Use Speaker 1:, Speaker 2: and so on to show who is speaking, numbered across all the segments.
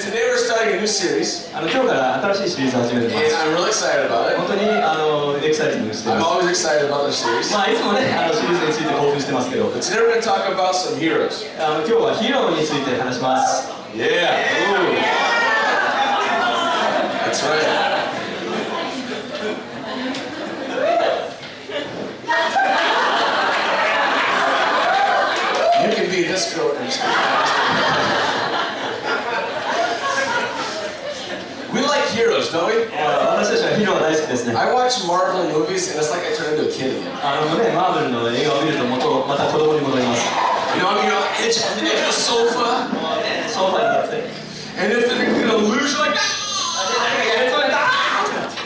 Speaker 1: starting a new series.
Speaker 2: あの今日から新しいシリーズを始めてま
Speaker 1: And
Speaker 2: す
Speaker 1: I'm really excited about it.
Speaker 2: 本当にあのエキサイティングして
Speaker 1: I'm
Speaker 2: ます
Speaker 1: always excited about the series.
Speaker 2: まあいつもねあのシリーズについて興奮してますけどあの
Speaker 1: But today we're going to talk about some heroes.
Speaker 2: 今日はヒーローについて話します
Speaker 1: Yeah. Ooh. That's right. You can be this girl. We like heroes, don't we?
Speaker 2: あ私たちはヒーローが大好きですね
Speaker 1: I watch Marvel movies and it's like I turn into a kid again.
Speaker 2: あのねマーブルの映画を見ると元また子供に戻ります
Speaker 1: You know, I'm you know, itch on the edge of the sofa,
Speaker 2: もうねソファになって
Speaker 1: and if they're gonna lose, you're like, "Ah!"
Speaker 2: 誰かやりそうやった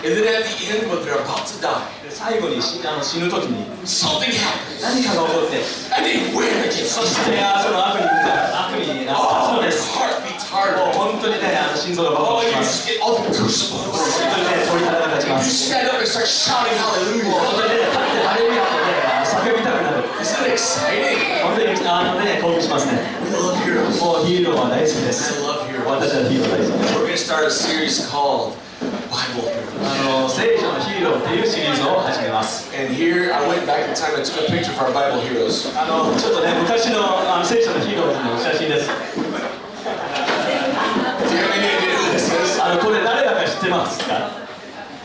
Speaker 1: and then at the end when they're about to die,
Speaker 2: で最後に死あの死ぬ時に
Speaker 1: something happens,
Speaker 2: 何かが起こって
Speaker 1: and they win against
Speaker 2: そしてあその悪に向かう悪にあ
Speaker 1: Oh,
Speaker 2: そうで
Speaker 1: his
Speaker 2: す
Speaker 1: heart beats
Speaker 2: もう
Speaker 1: harder.
Speaker 2: 本当にねあの心臓がバクバ
Speaker 1: Oh,
Speaker 2: ク
Speaker 1: you
Speaker 2: しま
Speaker 1: just get all the crucibles.
Speaker 2: す本当にね鳥肌が立ち
Speaker 1: You
Speaker 2: ます
Speaker 1: stand up and start shouting
Speaker 2: もう本
Speaker 1: hallelujah.
Speaker 2: 当にね立ってあれ見なくてねあの叫びたくなる
Speaker 1: Isn't it exciting?
Speaker 2: 本当にあのね興奮しますね
Speaker 1: We love heroes.
Speaker 2: もうヒーローは大好きです
Speaker 1: I love heroes.
Speaker 2: 私はヒーロー大好きです
Speaker 1: We're going to start a series called Bible Heroes.
Speaker 2: あの聖書のヒーローっていうシリーズを始めます
Speaker 1: And here I went back in time and took a picture of our Bible heroes.
Speaker 2: あのちょっとね昔のあの聖書のヒーローズの写真です
Speaker 1: Do you have any idea who this is?
Speaker 2: あのこれ誰だか知ってますか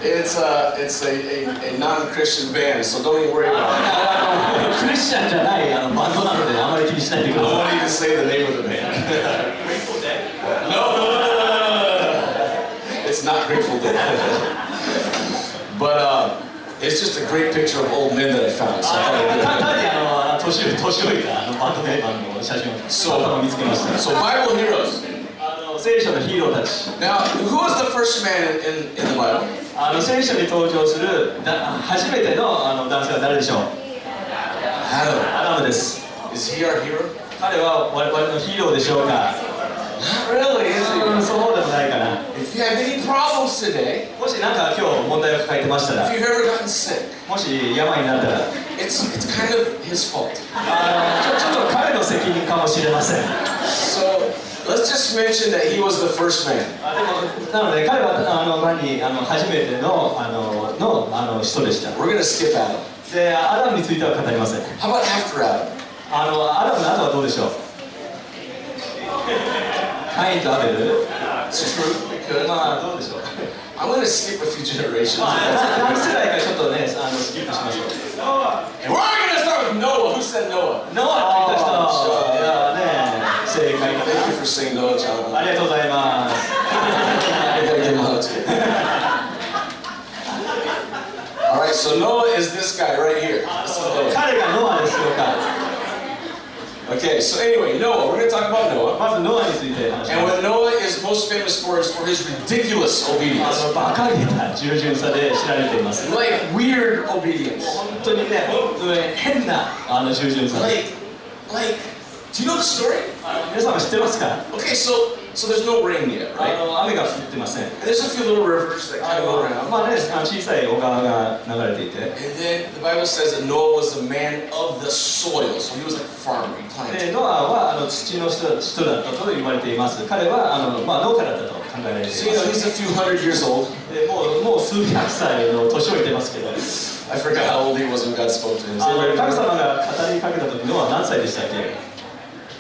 Speaker 1: It's a, it's a, a, a non-Christian band, so don't even worry about it.
Speaker 2: あのクリスチャンじゃないあのバンドなのであまり気にしないでくだ
Speaker 1: I
Speaker 2: さい
Speaker 1: won't even say the name of the band. No, no, no, no, no, no. It's not Grateful Dead. but uh, it's just a great picture of old men that I found. So,
Speaker 2: あの
Speaker 1: I
Speaker 2: 単単にあのあの年寄り年寄りがあのバンドメンバーの写真を
Speaker 1: そう
Speaker 2: たまたま見つけました
Speaker 1: thought- so Bible heroes.
Speaker 2: あの聖書のヒーローたち
Speaker 1: Now, who was the first man in, in, in the Bible?
Speaker 2: あの聖書に登場するだ初めてのあの男性は誰でしょう
Speaker 1: Adam.
Speaker 2: アダムです
Speaker 1: Is he our hero?
Speaker 2: 彼は我々のヒーローでしょうか
Speaker 1: Not really, is
Speaker 2: うんそうでもないかな
Speaker 1: If you have any problems today,
Speaker 2: もしなんか今日問題を抱えてましたら
Speaker 1: if you've ever gotten sick,
Speaker 2: もし病になったら
Speaker 1: it's, it's kind of his fault.
Speaker 2: あのちょちょっと彼の責任かもしれません
Speaker 1: So let's just mention that he was the first man.
Speaker 2: あでもなので彼はあの何あの初めてのあののあの人でした
Speaker 1: We're going to skip Adam.
Speaker 2: でアダムについては語りません
Speaker 1: How about after Adam?
Speaker 2: あのアダムの後はどうでしょうカインとアベル
Speaker 1: It's true. We could.
Speaker 2: まあどうでしょう
Speaker 1: I'm going to skip a few generations.
Speaker 2: まあ
Speaker 1: And
Speaker 2: 何世代かちょっとねあのスキップしましょう
Speaker 1: we're all going to start with Noah. Who said Noah?
Speaker 2: ノアといった人いやね正解か
Speaker 1: Thank you for saying Noah, John.
Speaker 2: なありがとうございます
Speaker 1: I gotta give him a hug too. All right, so Noah is this guy right here.
Speaker 2: 彼がノアですよか
Speaker 1: Okay, so anyway, Noah. We're going to talk about Noah.
Speaker 2: まずノアについて話し
Speaker 1: And
Speaker 2: ます
Speaker 1: what Noah is most famous for is for his ridiculous
Speaker 2: あ
Speaker 1: obedience.
Speaker 2: のバカげた従順さで知られています
Speaker 1: Like weird obedience.
Speaker 2: 本当にね、本当に変なあの従順さん。
Speaker 1: Like, like, do you know the story?
Speaker 2: 皆さんは知ってますか？
Speaker 1: Okay, so so there's no rain yet,
Speaker 2: あ
Speaker 1: right?
Speaker 2: の雨が降ってません。
Speaker 1: And there's a few little rivers that
Speaker 2: あ
Speaker 1: kind of go
Speaker 2: の
Speaker 1: around.
Speaker 2: まあね、あの小さい小川が流れていて、
Speaker 1: And then the Bible says that Noah was a man of the soil, so he was like a farmer, he planted.
Speaker 2: でノアはあの土の人人だったと言われています。彼はあのまあ農家だったと考えられていま
Speaker 1: So you know he's
Speaker 2: す。
Speaker 1: a few hundred years old.
Speaker 2: でもうもう数百歳の年をいてますけど、
Speaker 1: I forgot how old he was when God spoke to him.
Speaker 2: あ
Speaker 1: So
Speaker 2: の
Speaker 1: anyway,
Speaker 2: 神様が語りかけた時ノアは何歳でしたっけ？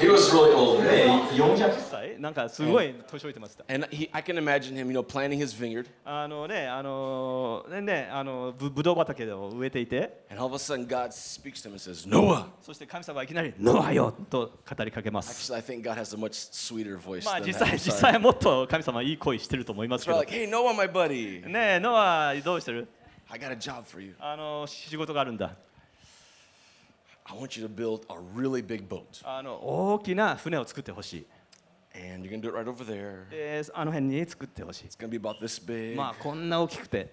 Speaker 1: he was really old.
Speaker 2: で400歳？なんかすごい年をいてました。
Speaker 1: And he, I can imagine him, you know, planting his vineyard,
Speaker 2: あのね、あのねねあのぶぶどう畑を植えていて。
Speaker 1: and all of a sudden God speaks to him and says, Noah.
Speaker 2: そして神様はいきなり「ノアよ!」と語りかけます。
Speaker 1: Actually, I think God has a much sweeter voice.
Speaker 2: まあ
Speaker 1: than
Speaker 2: 実
Speaker 1: that.
Speaker 2: 際
Speaker 1: I'm
Speaker 2: 実
Speaker 1: sorry.
Speaker 2: 際もっと神様はいい恋してると思いますけ
Speaker 1: Probably
Speaker 2: ど
Speaker 1: like,。hey Noah, my buddy,
Speaker 2: ねえノアどうしてる
Speaker 1: I got a job for you.
Speaker 2: あの仕事があるんだ。
Speaker 1: I want you to build a really big boat,
Speaker 2: あの大きな船を作ってほしい。
Speaker 1: and you're gonna do it right over there.
Speaker 2: であの辺に作ってほしい。
Speaker 1: It's gonna be about this big.
Speaker 2: まあこんな大きくて。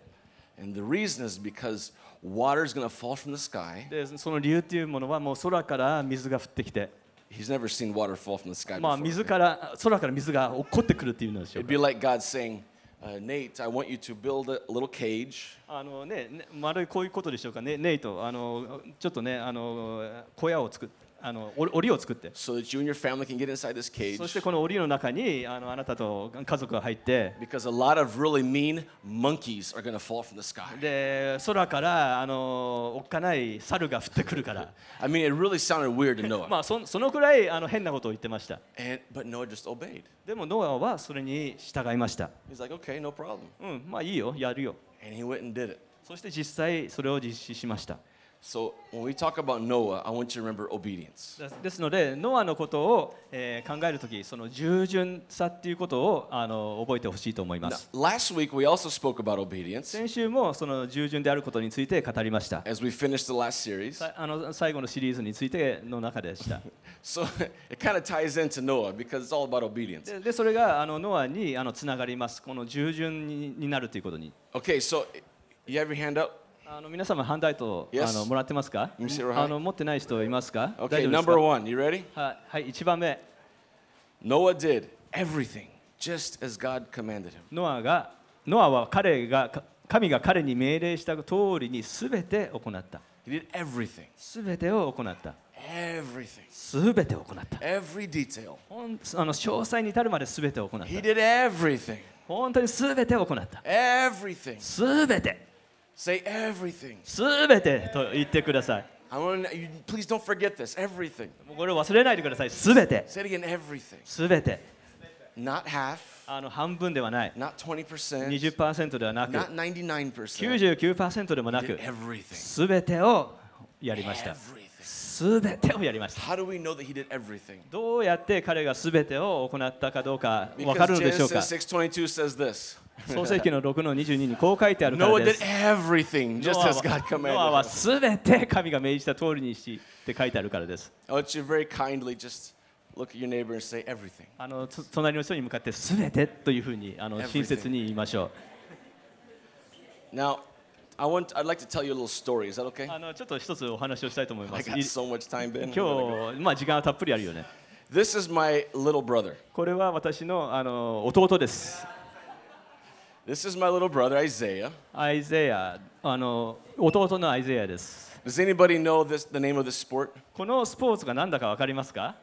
Speaker 1: And the reason is because water is going to fall from the sky.
Speaker 2: でその理由っていうものはもう空から水が降ってきて、
Speaker 1: He's never seen water fall from the sky
Speaker 2: まあ
Speaker 1: before.
Speaker 2: 水から空から水が落っこってくるっていうのでしょう
Speaker 1: It'd
Speaker 2: か。
Speaker 1: be like God saying, uh, Nate, I want you to build a little cage.
Speaker 2: あのねね丸いこういうことでしょうかね。ネイトあのちょっとねあの小屋を作っあのお檻を作って
Speaker 1: so that you and your family can get inside this cage.
Speaker 2: そしてこの檻の中にあのあなたと家族が入って
Speaker 1: Because a lot of really mean monkeys are going to fall from the sky.
Speaker 2: で空からあのおっかない猿が降ってくるから
Speaker 1: I mean, it really sounded weird to Noah.
Speaker 2: まあそそのくらいあの変なことを言ってました
Speaker 1: And, but Noah just obeyed.
Speaker 2: でもノアはそれに従いました
Speaker 1: He's like, okay, no problem.
Speaker 2: うんまあいいよやるよ
Speaker 1: And he went and did it.
Speaker 2: そして実際それを実施しました
Speaker 1: So when we talk about Noah, I want you to remember obedience.
Speaker 2: だですのでノアのことを、えー考えるときその従順さっていうことをあの覚えてほしいと思いま
Speaker 1: Now,
Speaker 2: す
Speaker 1: last week, we also spoke about obedience
Speaker 2: 先週もその従順であることについて語りました
Speaker 1: as we finished the last series.
Speaker 2: さあの最後のシリーズについての中で した
Speaker 1: So it kind of ties into Noah because it's all about obedience.
Speaker 2: ででそれがあのノアにあのつながりますこの従順にになるということに
Speaker 1: Okay, so you have your hand up?
Speaker 2: あの皆様ハンダイト、
Speaker 1: Yes.
Speaker 2: あのもらってますか
Speaker 1: Let me see your hand.
Speaker 2: あの持ってない人いますか
Speaker 1: Okay,
Speaker 2: 大丈夫です
Speaker 1: number
Speaker 2: か
Speaker 1: one, you ready?
Speaker 2: はい、はい、1番目
Speaker 1: Noah did everything just as God commanded him.
Speaker 2: ノアがノアは彼がか神が彼に命令した通りに全て行った
Speaker 1: He did everything,
Speaker 2: 全てを行った
Speaker 1: everything,
Speaker 2: 全てを行った。
Speaker 1: every detail.
Speaker 2: ほんあの詳細に至るまで全てを行った。
Speaker 1: He did everything,
Speaker 2: 本当に全てを行った。
Speaker 1: everything.
Speaker 2: 全て、
Speaker 1: Say everything.
Speaker 2: 全てと言ってください。
Speaker 1: I want to, you, please don't forget this. Everything.
Speaker 2: もうこれを忘れないでください。全て、
Speaker 1: Say it again. Everything.
Speaker 2: 全て。
Speaker 1: Not half.
Speaker 2: あの半分ではない。
Speaker 1: Not 20%.
Speaker 2: 20%ではなく、
Speaker 1: Not 99%.
Speaker 2: 99%でもな
Speaker 1: He did
Speaker 2: く、
Speaker 1: everything.
Speaker 2: 全てをやりました。
Speaker 1: Everything.
Speaker 2: 全てをやりました。
Speaker 1: How do we know that he did everything?
Speaker 2: どうやって彼が全てを行ったかどうかわかる
Speaker 1: Because
Speaker 2: のでしょうか
Speaker 1: Genesis 6:22 says this.
Speaker 2: 創世記の6の22にこう書いてあるから
Speaker 1: Noah
Speaker 2: で
Speaker 1: did
Speaker 2: す。
Speaker 1: everything
Speaker 2: ノ
Speaker 1: just
Speaker 2: ア
Speaker 1: as God
Speaker 2: はノ
Speaker 1: commanded.
Speaker 2: アは
Speaker 1: him.
Speaker 2: 全て神が命じた通りにしって書いてあるからです。
Speaker 1: I want you to very kindly just look at your neighbor and say everything.
Speaker 2: あのつ隣の人に向かって全てというふうにあの
Speaker 1: Everything.
Speaker 2: 親切に言いましょ
Speaker 1: Now, I want I'd like to tell you a little story. Is that okay?
Speaker 2: う。あのちょっと一つお話をしたいと思いま
Speaker 1: I
Speaker 2: す。い
Speaker 1: got so much time, Ben.
Speaker 2: 今日まあ時間はたっぷりあるよね。
Speaker 1: This is my little brother.
Speaker 2: これは私のあの弟です。
Speaker 1: This is my little brother Isaiah.
Speaker 2: アイゼヤあの弟のアイゼヤです。
Speaker 1: Does anybody know this the name of this sport?
Speaker 2: このスポーツが何だかわかりますか？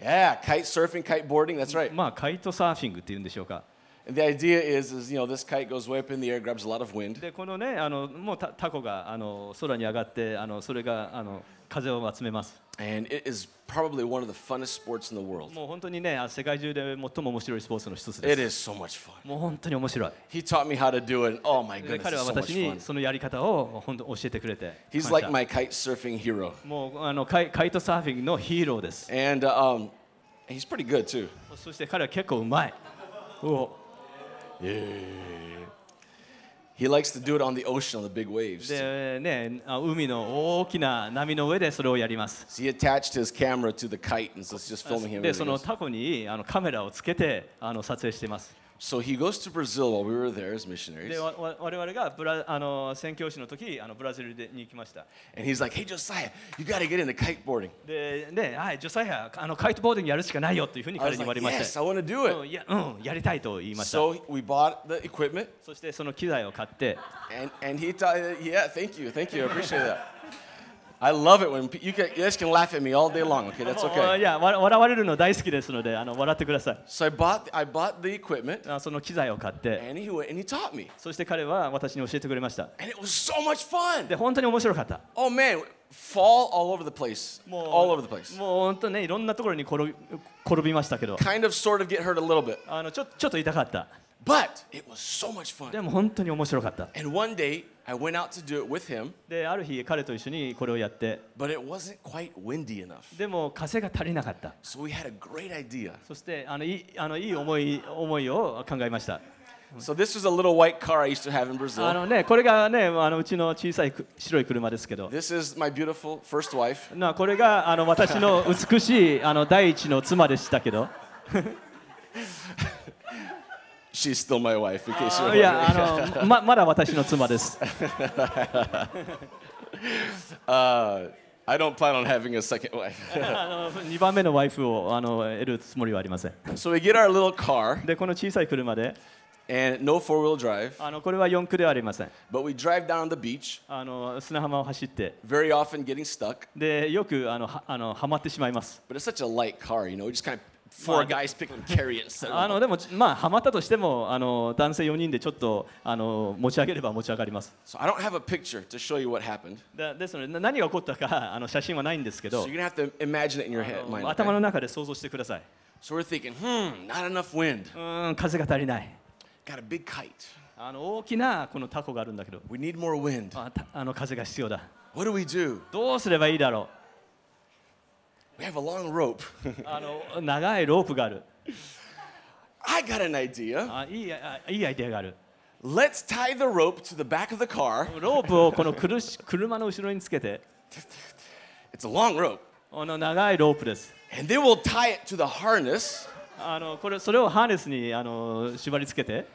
Speaker 1: Yeah, kite surfing, kite boarding. That's right.
Speaker 2: まあカイトサーフィングっていうんでしょうか。
Speaker 1: And the idea is, is you know, this kite goes way up in the air, grabs a lot of wind,
Speaker 2: でこのねあのもうたタコがあの空に上がってあのそれがあの風を集めます。
Speaker 1: and it is probably one of the funnest sports in the world.
Speaker 2: もう本当にねあ世界中で最も面白いスポーツの一つ
Speaker 1: It
Speaker 2: です。
Speaker 1: is so much fun.
Speaker 2: もう本当に面白い。
Speaker 1: He taught me how to do it. Oh my
Speaker 2: で
Speaker 1: goodness,
Speaker 2: 彼は
Speaker 1: it's so
Speaker 2: 私
Speaker 1: much
Speaker 2: に
Speaker 1: fun.
Speaker 2: そのやり方を本当教えてくれて
Speaker 1: He's
Speaker 2: 感謝
Speaker 1: like my kite surfing hero,
Speaker 2: もうあのカイカイトサーフィングのヒーローです。
Speaker 1: and uh, um, he's pretty good too.
Speaker 2: そして彼は結構うまい。お
Speaker 1: He likes to do it on the ocean, on the big waves.
Speaker 2: でねあ海の大きな波の上でそれをやります。
Speaker 1: So he attached his camera to the kite, and so it's just filming him.
Speaker 2: で
Speaker 1: as he
Speaker 2: その
Speaker 1: goes.
Speaker 2: タコにあのカメラをつけてあの撮影しています。
Speaker 1: So he goes to Brazil while we were there as missionaries,
Speaker 2: でわわ我々がブラあの宣教師の時あのブラジルでに行きました。
Speaker 1: and he's like, "Hey Josiah, you got to get into kiteboarding."
Speaker 2: でねはいジョサイアあのカイトボーディングやるしかないよというふうに
Speaker 1: I
Speaker 2: 彼
Speaker 1: was
Speaker 2: に言わ
Speaker 1: like,
Speaker 2: れま
Speaker 1: "Yes,
Speaker 2: し
Speaker 1: I
Speaker 2: た。
Speaker 1: want to do
Speaker 2: う
Speaker 1: it."
Speaker 2: んいやうんやりたいと言いました。
Speaker 1: So we bought the equipment,
Speaker 2: そしてその機材を買って。
Speaker 1: and and he taught. Yeah, thank you, thank you, I appreciate that. I love it when pe- you, can, you guys can laugh at me all day long. Okay, that's
Speaker 2: もう
Speaker 1: okay.
Speaker 2: いやわ笑われるの大好きですのであの笑ってください
Speaker 1: So I bought I bought the equipment,
Speaker 2: あその機材を買って、
Speaker 1: and he went and he taught me,
Speaker 2: そして彼は私に教えてくれました。
Speaker 1: and it was so much fun.
Speaker 2: で、本当に面白かった。
Speaker 1: Oh man, fall all over the place,
Speaker 2: もう
Speaker 1: all over the place.
Speaker 2: もう本当ね、いろんなところに転び転びましたけど、
Speaker 1: Kind of, sort of get hurt a little bit,
Speaker 2: あのちょちょっと痛かった。
Speaker 1: but it was so much fun.
Speaker 2: でも本当に面白かった。
Speaker 1: And one day I went out to do it with him,
Speaker 2: で、ある日彼と一緒にこれをやって、
Speaker 1: but it wasn't quite windy enough.
Speaker 2: でも風が足りなかった。
Speaker 1: So we had a great idea.
Speaker 2: そしてあのいいあのいい思い思いを考えました。
Speaker 1: So this was a little white car I used to have in
Speaker 2: あ
Speaker 1: Brazil.
Speaker 2: のね、これがね、あのうちの小さいく白い車ですけど。
Speaker 1: This is my beautiful first wife.
Speaker 2: なこれがあの私の美しいあの第一の妻でしたけど
Speaker 1: She's still my wife, in case you're
Speaker 2: い
Speaker 1: wondering.
Speaker 2: やあのままだ私の妻です、
Speaker 1: Uh, I don't plan on having a second wife.
Speaker 2: あの2番目のワイフをあの得るつもりはありません
Speaker 1: so we get our little car,
Speaker 2: でこの小さい車で
Speaker 1: and and no four wheel drive,
Speaker 2: あのこれは四駆ではありません
Speaker 1: but we drive down the beach,
Speaker 2: あの砂浜を走って
Speaker 1: very often getting stuck.
Speaker 2: でよくあのはあのはまってしまいます
Speaker 1: But it's such a light car, you know, we just kind of four
Speaker 2: Well,
Speaker 1: guys pick it and carry it instead
Speaker 2: あ
Speaker 1: of
Speaker 2: のでもまあはまったとしてもあの男性4人でちょっとあの持ち上げれば持ち上がります
Speaker 1: So I don't have a picture to show you what happened.
Speaker 2: でですのでな何が起こったかあの写真はないんですけ
Speaker 1: So
Speaker 2: ど
Speaker 1: you're gonna have to imagine it in your head.
Speaker 2: あ
Speaker 1: Mind,
Speaker 2: の
Speaker 1: okay?
Speaker 2: 頭の中で想像してください
Speaker 1: So we're thinking, hmm, not enough wind.
Speaker 2: うーん風が足りない
Speaker 1: Got a big kite.
Speaker 2: あの大きなこのタコがあるんだけど
Speaker 1: We need more wind.
Speaker 2: あたあの風が必要だ
Speaker 1: What do we do?
Speaker 2: どうすればいいだろ
Speaker 1: We have a long rope.
Speaker 2: うあの長いロープがある
Speaker 1: I got an idea.
Speaker 2: あいいあいいアイデアがある
Speaker 1: Let's tie the rope to the back of the car.
Speaker 2: ロープをこのくるし車の後ろにつけて
Speaker 1: It's a long rope.
Speaker 2: この長いロープです
Speaker 1: And then we'll tie it to the harness.
Speaker 2: あのこれそれをハーネスにあの縛り付けて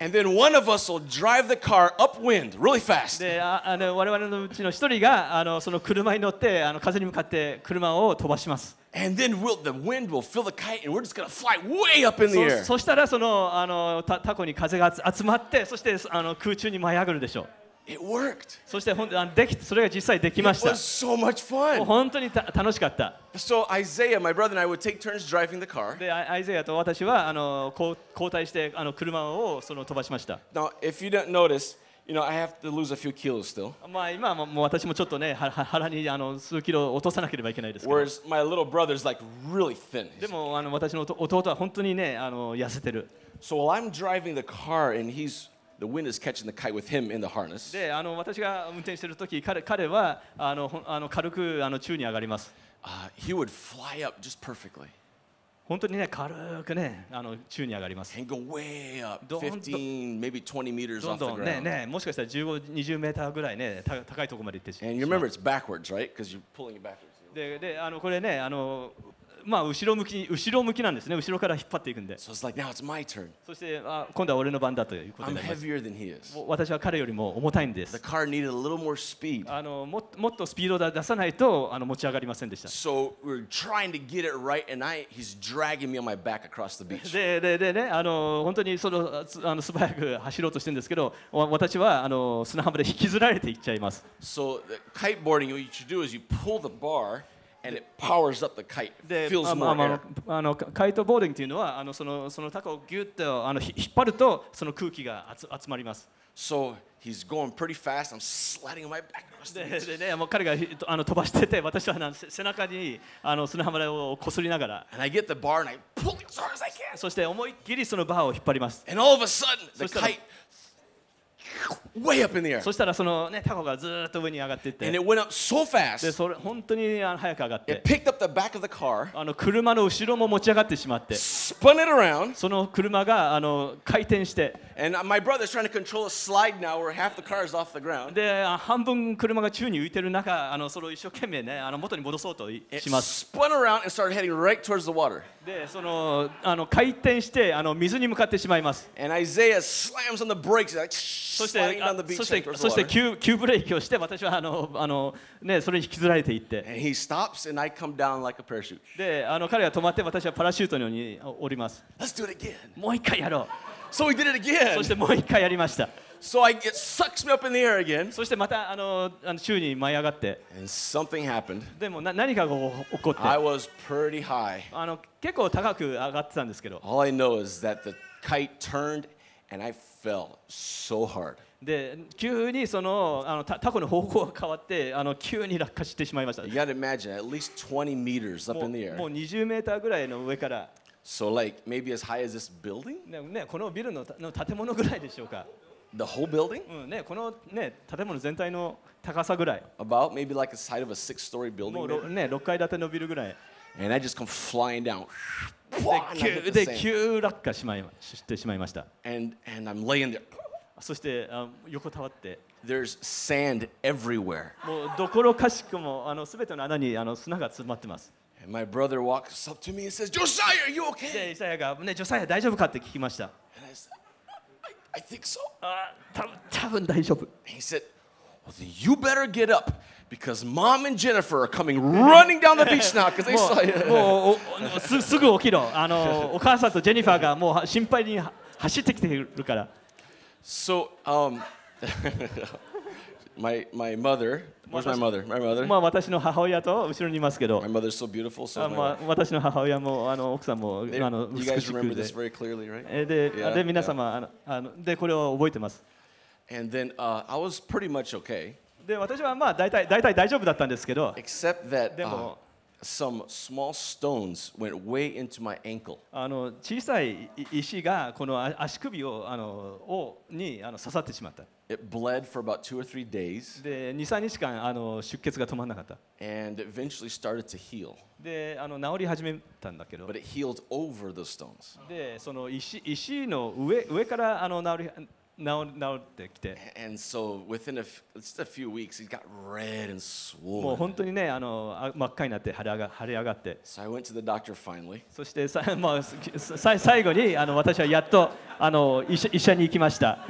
Speaker 1: And then one of us will drive the car upwind really fast.
Speaker 2: でああの我々のうちの一人があのその車に乗ってあの風に向かって車を飛ばします
Speaker 1: And then we'll, the wind will fill the kite and we're just gonna fly way up in the
Speaker 2: そ
Speaker 1: air.
Speaker 2: そしたらそのあのタタコに風が集集まってそしてあの空中に舞い上がるでしょう
Speaker 1: It worked.
Speaker 2: そしてほんあのできそれが実際でき
Speaker 1: It
Speaker 2: ました
Speaker 1: was so much
Speaker 2: も
Speaker 1: fun.
Speaker 2: う 本当にた楽しかった
Speaker 1: So Isaiah, my brother and I would take turns driving the car.
Speaker 2: でアイアイゼアと私はあのこう交代してあの車をその飛ばしました、
Speaker 1: Now, if you don't notice, you know, I have to lose a few kilos still.
Speaker 2: まあ、今はもうもう私もちょっとねはは腹にあの数キロ落とさなければいけないですけど
Speaker 1: Whereas my little brother's like really thin.
Speaker 2: でもあの私の弟弟は本当にねあの痩せてる
Speaker 1: So while I'm driving the car and he's, the wind is catching the kite with him in the harness.
Speaker 2: であの私が運転してる時彼彼はあのほんあの軽くあの宙に上がります
Speaker 1: Uh, he would fly up just perfectly
Speaker 2: 本当にね軽くねあの宙に上がります
Speaker 1: and go way up,
Speaker 2: Don't-
Speaker 1: 15, maybe 20 meters off
Speaker 2: どん
Speaker 1: the
Speaker 2: どん
Speaker 1: ground.
Speaker 2: ねねもしかしたら15、20メーターぐらいねた高いところまで行ってし
Speaker 1: And you
Speaker 2: しまう
Speaker 1: remember it's backwards, right? Because you're pulling it backwards.
Speaker 2: でであのこれねあのまあ後ろ向き後ろ向きなんですね後ろから引っ張っていくんで
Speaker 1: So it's like now it's my turn.
Speaker 2: そしてあ今度は俺の番だということ
Speaker 1: I'm
Speaker 2: になります
Speaker 1: heavier than he is.
Speaker 2: 私は彼よりも重たいんで
Speaker 1: The
Speaker 2: す
Speaker 1: car needed a little more speed.
Speaker 2: あのもっともっとスピードを出さないとあの持ち上がりませんでした
Speaker 1: So we're trying to get it right, and I he's dragging me on my back across the beach.
Speaker 2: でででねあの本当にそのつあの素早く走ろうとしてるんですけどわ私はあの砂浜で引きずられていっちゃいます
Speaker 1: So the kite boarding, what you do is you pull the bar, and it powers up the kite.
Speaker 2: で
Speaker 1: It feels
Speaker 2: あ
Speaker 1: more
Speaker 2: まあま
Speaker 1: air.
Speaker 2: ああのカカイトボーディングというのはあのそのそのタコをギュッとあのひ引っ張るとその空気が集集まります
Speaker 1: So he's going pretty fast. I'm sliding on my back across the
Speaker 2: で
Speaker 1: beach.
Speaker 2: でねもう彼がひとあの飛ばしてて私はなんせ背中にあの砂浜をこすりながら
Speaker 1: And I get the bar, and I pull it as hard as I can.
Speaker 2: そして思いっきりそのバーを引っ張ります
Speaker 1: And all of a sudden, the
Speaker 2: So instead of-
Speaker 1: kite way up in the air,
Speaker 2: そしたらそのねタコがずーっと上に上がっていっ
Speaker 1: and
Speaker 2: て
Speaker 1: it went up so
Speaker 2: で
Speaker 1: fast.
Speaker 2: それ本当にあの早く上がって
Speaker 1: It picked up the back of the car,
Speaker 2: あの車の後ろも持ち上がってしまって
Speaker 1: spun it around.
Speaker 2: その車があの回転して、
Speaker 1: And uh, my brother's trying to control a slide now where half the car is off the ground.
Speaker 2: であ半分車が宙に浮いてる中、あのそれを一生懸命ね、あの元に戻そうとい
Speaker 1: It
Speaker 2: します。
Speaker 1: spun around and started heading right towards the water.
Speaker 2: で、そのあの回転してあの水に向かってしまいます。
Speaker 1: And Isaiah slams on the brakes, like
Speaker 2: そし
Speaker 1: sliding
Speaker 2: て、あ
Speaker 1: down the beach
Speaker 2: そし
Speaker 1: heading
Speaker 2: て、
Speaker 1: towards
Speaker 2: そ
Speaker 1: the
Speaker 2: して
Speaker 1: water.
Speaker 2: 急急ブレーキをして、私はあのあのねそれに引きずられていって、
Speaker 1: And he stops, and I come down like a parachute.
Speaker 2: で、あの彼が止まって、私はパラシュートのようにお降ります。
Speaker 1: Let's do it again.
Speaker 2: もう一回やろ
Speaker 1: So we did it
Speaker 2: う。そ
Speaker 1: again.
Speaker 2: してもう一回やりました。
Speaker 1: So I, it sucks me up in the air again.
Speaker 2: そしてまたあのあの宙に舞い上がって、
Speaker 1: And something happened.
Speaker 2: でもな何かが起こって、
Speaker 1: I was pretty high.
Speaker 2: あの結構高く上がってたんですけど。
Speaker 1: All I know is that the kite turned, and I fell so hard.
Speaker 2: で急にそのあのタタコの方向が変わってあの急に落下してしまいました
Speaker 1: You gotta imagine, at least 20 meters up
Speaker 2: もう
Speaker 1: in the
Speaker 2: も
Speaker 1: air.
Speaker 2: う20メーターぐらいの上から、
Speaker 1: So, like, maybe as high as this building?
Speaker 2: ねね、このビルのたの建物ぐらいでしょうか、
Speaker 1: The whole building?
Speaker 2: うんね、この、ね、建物全体の高さぐらい
Speaker 1: About maybe like the side of a six story
Speaker 2: も
Speaker 1: building.
Speaker 2: う、ろ
Speaker 1: maybe.
Speaker 2: ね、6階建てのビルぐらい
Speaker 1: And I just come flying down.
Speaker 2: で
Speaker 1: And, I
Speaker 2: 急
Speaker 1: hit the
Speaker 2: で
Speaker 1: sand.
Speaker 2: 急落下しまいしてしまいました
Speaker 1: and, and I'm laying there.
Speaker 2: そしてあ横たわって
Speaker 1: There's sand everywhere.
Speaker 2: もうどころかしくもあの全ての穴にあの砂が詰まってます
Speaker 1: And my brother walks up to me and says, Josiah, are you okay?
Speaker 2: でイサヤが、ね「ジョサヤ大丈夫か?」って聞きました
Speaker 1: And I said, I, I think so.
Speaker 2: あた多分大丈夫
Speaker 1: And he said, Well, then you better get up because mom and Jennifer are coming running down the beach now because they
Speaker 2: も
Speaker 1: saw
Speaker 2: う
Speaker 1: you.
Speaker 2: もうおおすすぐ起きろあのお母さんとジェニファーがもうは心配には走ってきてるから。
Speaker 1: So, um, my, my mother, where's my mother? My mother.
Speaker 2: まあ私の母親と後ろにいますけど
Speaker 1: My、mother's so beautiful. So
Speaker 2: あ
Speaker 1: is my wife.
Speaker 2: まあ私の母親もあの奥さんも
Speaker 1: They-
Speaker 2: あの
Speaker 1: you
Speaker 2: 美
Speaker 1: guys
Speaker 2: しく
Speaker 1: remember
Speaker 2: で
Speaker 1: this。very clearly, right?
Speaker 2: えで
Speaker 1: Yeah,
Speaker 2: で皆
Speaker 1: yeah.
Speaker 2: 様あのあのでこれを覚えてます。
Speaker 1: And then uh, I was pretty much okay,
Speaker 2: で私はまあ大体大体大丈夫だったんですけど、
Speaker 1: except that uh,
Speaker 2: でも-
Speaker 1: some small stones went way into my ankle.
Speaker 2: あの小さいい石がこのあ足首をあのをにあの刺さってしまった。
Speaker 1: It bled for about two or three days
Speaker 2: で2、3日間あの出血が止まらなかった。
Speaker 1: and eventually started to heal,
Speaker 2: であの治り始めたんだけど
Speaker 1: but。it healed over the stones.
Speaker 2: でその石石の上上からあの治り治り治ってきて。
Speaker 1: And so within a f- just a few weeks, it got red and
Speaker 2: もう
Speaker 1: swollen.
Speaker 2: 本当にねあのあ真っ赤になって腫れ上が腫れ上がって
Speaker 1: So I went to the doctor finally,
Speaker 2: そしてさ、 まあ、すさ最後にあの私はやっとあの医者医者に行きました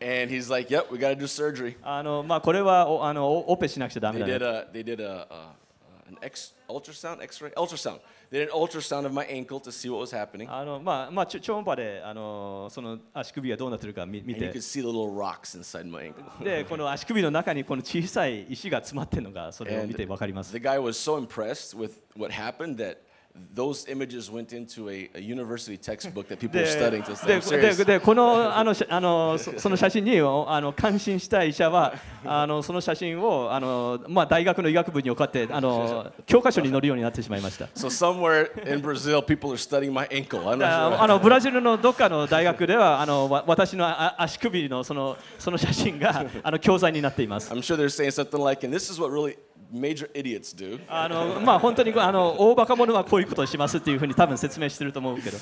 Speaker 1: and he's like, "Yep, we got to do surgery."
Speaker 2: あの、まあ、これはおあのおオペしなくちゃダメ
Speaker 1: They
Speaker 2: だ、
Speaker 1: did
Speaker 2: ね、
Speaker 1: a they did a uh, an X ultrasound X-ray ultrasound. They did an ultrasound of my ankle to see what was happening,
Speaker 2: あのまあまあちょ超音波であのその足首がどうなってるか見見
Speaker 1: and you
Speaker 2: て
Speaker 1: could see the little rocks inside my ankle.
Speaker 2: でこの足首の中にこの小さい石が詰まってるのがそれを
Speaker 1: And
Speaker 2: 見てわかります
Speaker 1: the guy was so impressed with what happened that those images went into a, a university textbook that people
Speaker 2: で
Speaker 1: are studying to
Speaker 2: で
Speaker 1: study.
Speaker 2: ででこのあの写あのそその写真におあの感心した医者はあのその写真をあの、まあ、大学の医学部に置かってあの教科書に載るようになってしまいました。
Speaker 1: So somewhere in Brazil, people are studying my ankle. I'm
Speaker 2: だ
Speaker 1: not sure.
Speaker 2: あのブラジルのどっかの大学ではあのわ私のあ足首のそのその写真 があの教材になっています。
Speaker 1: I'm sure they're saying something like, and this is what really major idiots do.
Speaker 2: あのまあ本当にあの大バカ者はこういうことをしますっていうふうに多分説明してると思うけど。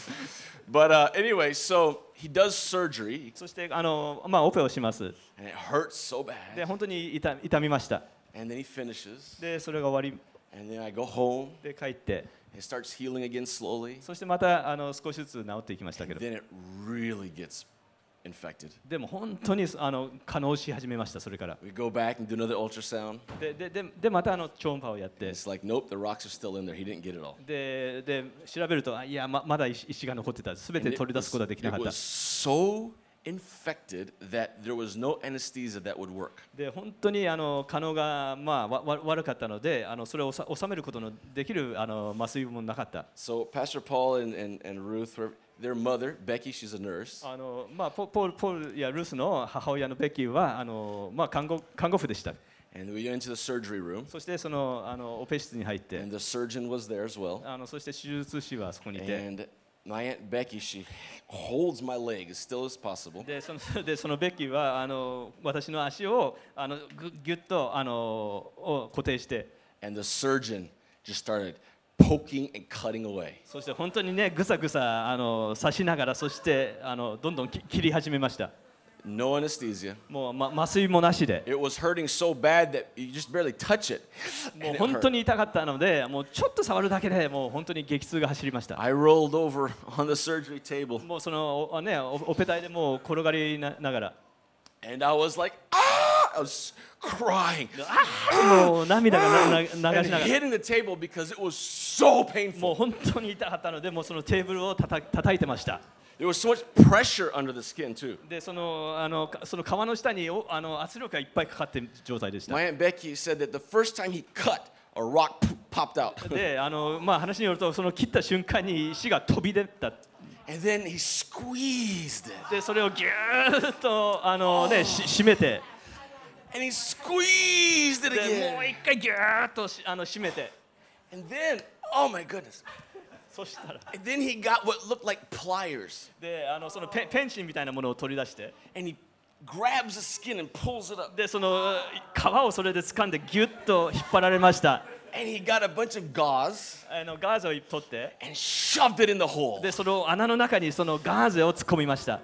Speaker 1: But uh, anyway, so he does surgery,
Speaker 2: そしてあのまあオペをします。
Speaker 1: and it hurts so
Speaker 2: で
Speaker 1: bad.
Speaker 2: 本当に痛痛みました。
Speaker 1: And then he finishes,
Speaker 2: でそれが終わ
Speaker 1: and then I go home.
Speaker 2: りで帰って。
Speaker 1: It starts healing again slowly.
Speaker 2: そしてまたあの少しずつ治っていきましたけど、
Speaker 1: Then it really gets infected.
Speaker 2: でも本当にあの可能し始めました、それから。
Speaker 1: We go back and do another ultrasound.
Speaker 2: で、で、で、でまたあの超音波をやって、
Speaker 1: It's like, nope, the rocks are still in there. He didn't get it all.
Speaker 2: で、で調べると、あいや、ままだ石石が残ってた、すべ
Speaker 1: And
Speaker 2: て
Speaker 1: it
Speaker 2: 取り出すことはで
Speaker 1: was,
Speaker 2: きなか
Speaker 1: it
Speaker 2: った
Speaker 1: was。so infected that there was no anesthesia that would work.
Speaker 2: で、本当にあの可能が、まあ、わわ悪かったので、あのそれを収収めることのできるあの麻酔もなかった。
Speaker 1: So Pastor Paul and, and, and Ruth, were- their mother, Becky, she's a nurse.
Speaker 2: あのまあ、ポポールポールやルースの母親のベッキーはあの、まあ、看護看護婦でした
Speaker 1: And we went into the surgery room,
Speaker 2: そしてそのあのオペ室に入って、
Speaker 1: and the surgeon was there as well.
Speaker 2: あのそして手術師はそこにいて、
Speaker 1: And my aunt Becky, she holds my leg as still as possible.
Speaker 2: でそのでそのベッキーはあの私の足をあのぐぎゅっとあのを固定して
Speaker 1: And the surgeon just started poking and cutting away.
Speaker 2: そして本当にねぐさぐさあの刺しながらそしてあのどんどんき切り始めました。
Speaker 1: No anesthesia.
Speaker 2: もう、ま、麻酔もなしで
Speaker 1: It was hurting so bad that you just barely touch it. and
Speaker 2: もう
Speaker 1: it
Speaker 2: 本
Speaker 1: hurt.
Speaker 2: 当に痛かったのでもうちょっと触るだけでもう本当に激痛が走りました。
Speaker 1: I rolled over on the surgery table
Speaker 2: もうそのおねおオペ台でもう転がりなながら
Speaker 1: and I was like, ah! I was crying
Speaker 2: もう涙がなな流しな
Speaker 1: and
Speaker 2: がら
Speaker 1: hitting the table because it was so
Speaker 2: もう
Speaker 1: painful.
Speaker 2: 本当に痛かったのでもうそのテーブルをたた叩いてました。
Speaker 1: There was so much pressure under the skin, too.
Speaker 2: でそのあのかその皮の下におあの圧力がいっぱいかかってる状態でした
Speaker 1: My。Aunt Becky said that the first time he cut, a rock p- popped out.
Speaker 2: であの、まあ、話によるとその切った瞬間に石が飛び出た
Speaker 1: and then he squeezed it.
Speaker 2: でそれをギューッとあの、ね、し締めて
Speaker 1: And he squeezed it
Speaker 2: でもう
Speaker 1: again.
Speaker 2: 一回ギューッとしあの締めて
Speaker 1: And then, oh my goodness.
Speaker 2: そしたら
Speaker 1: And then he got what looked like pliers
Speaker 2: であのそのペンペンチンみたいなものを取り出して
Speaker 1: and he grabs the skin and pulls it up.
Speaker 2: でその皮をそれで掴んでギュッと引っ張られました
Speaker 1: And he got a bunch of gauze
Speaker 2: あのガーゼを取って
Speaker 1: and shoved it in the hole.
Speaker 2: でその穴の中にそのガーゼを突っ込みました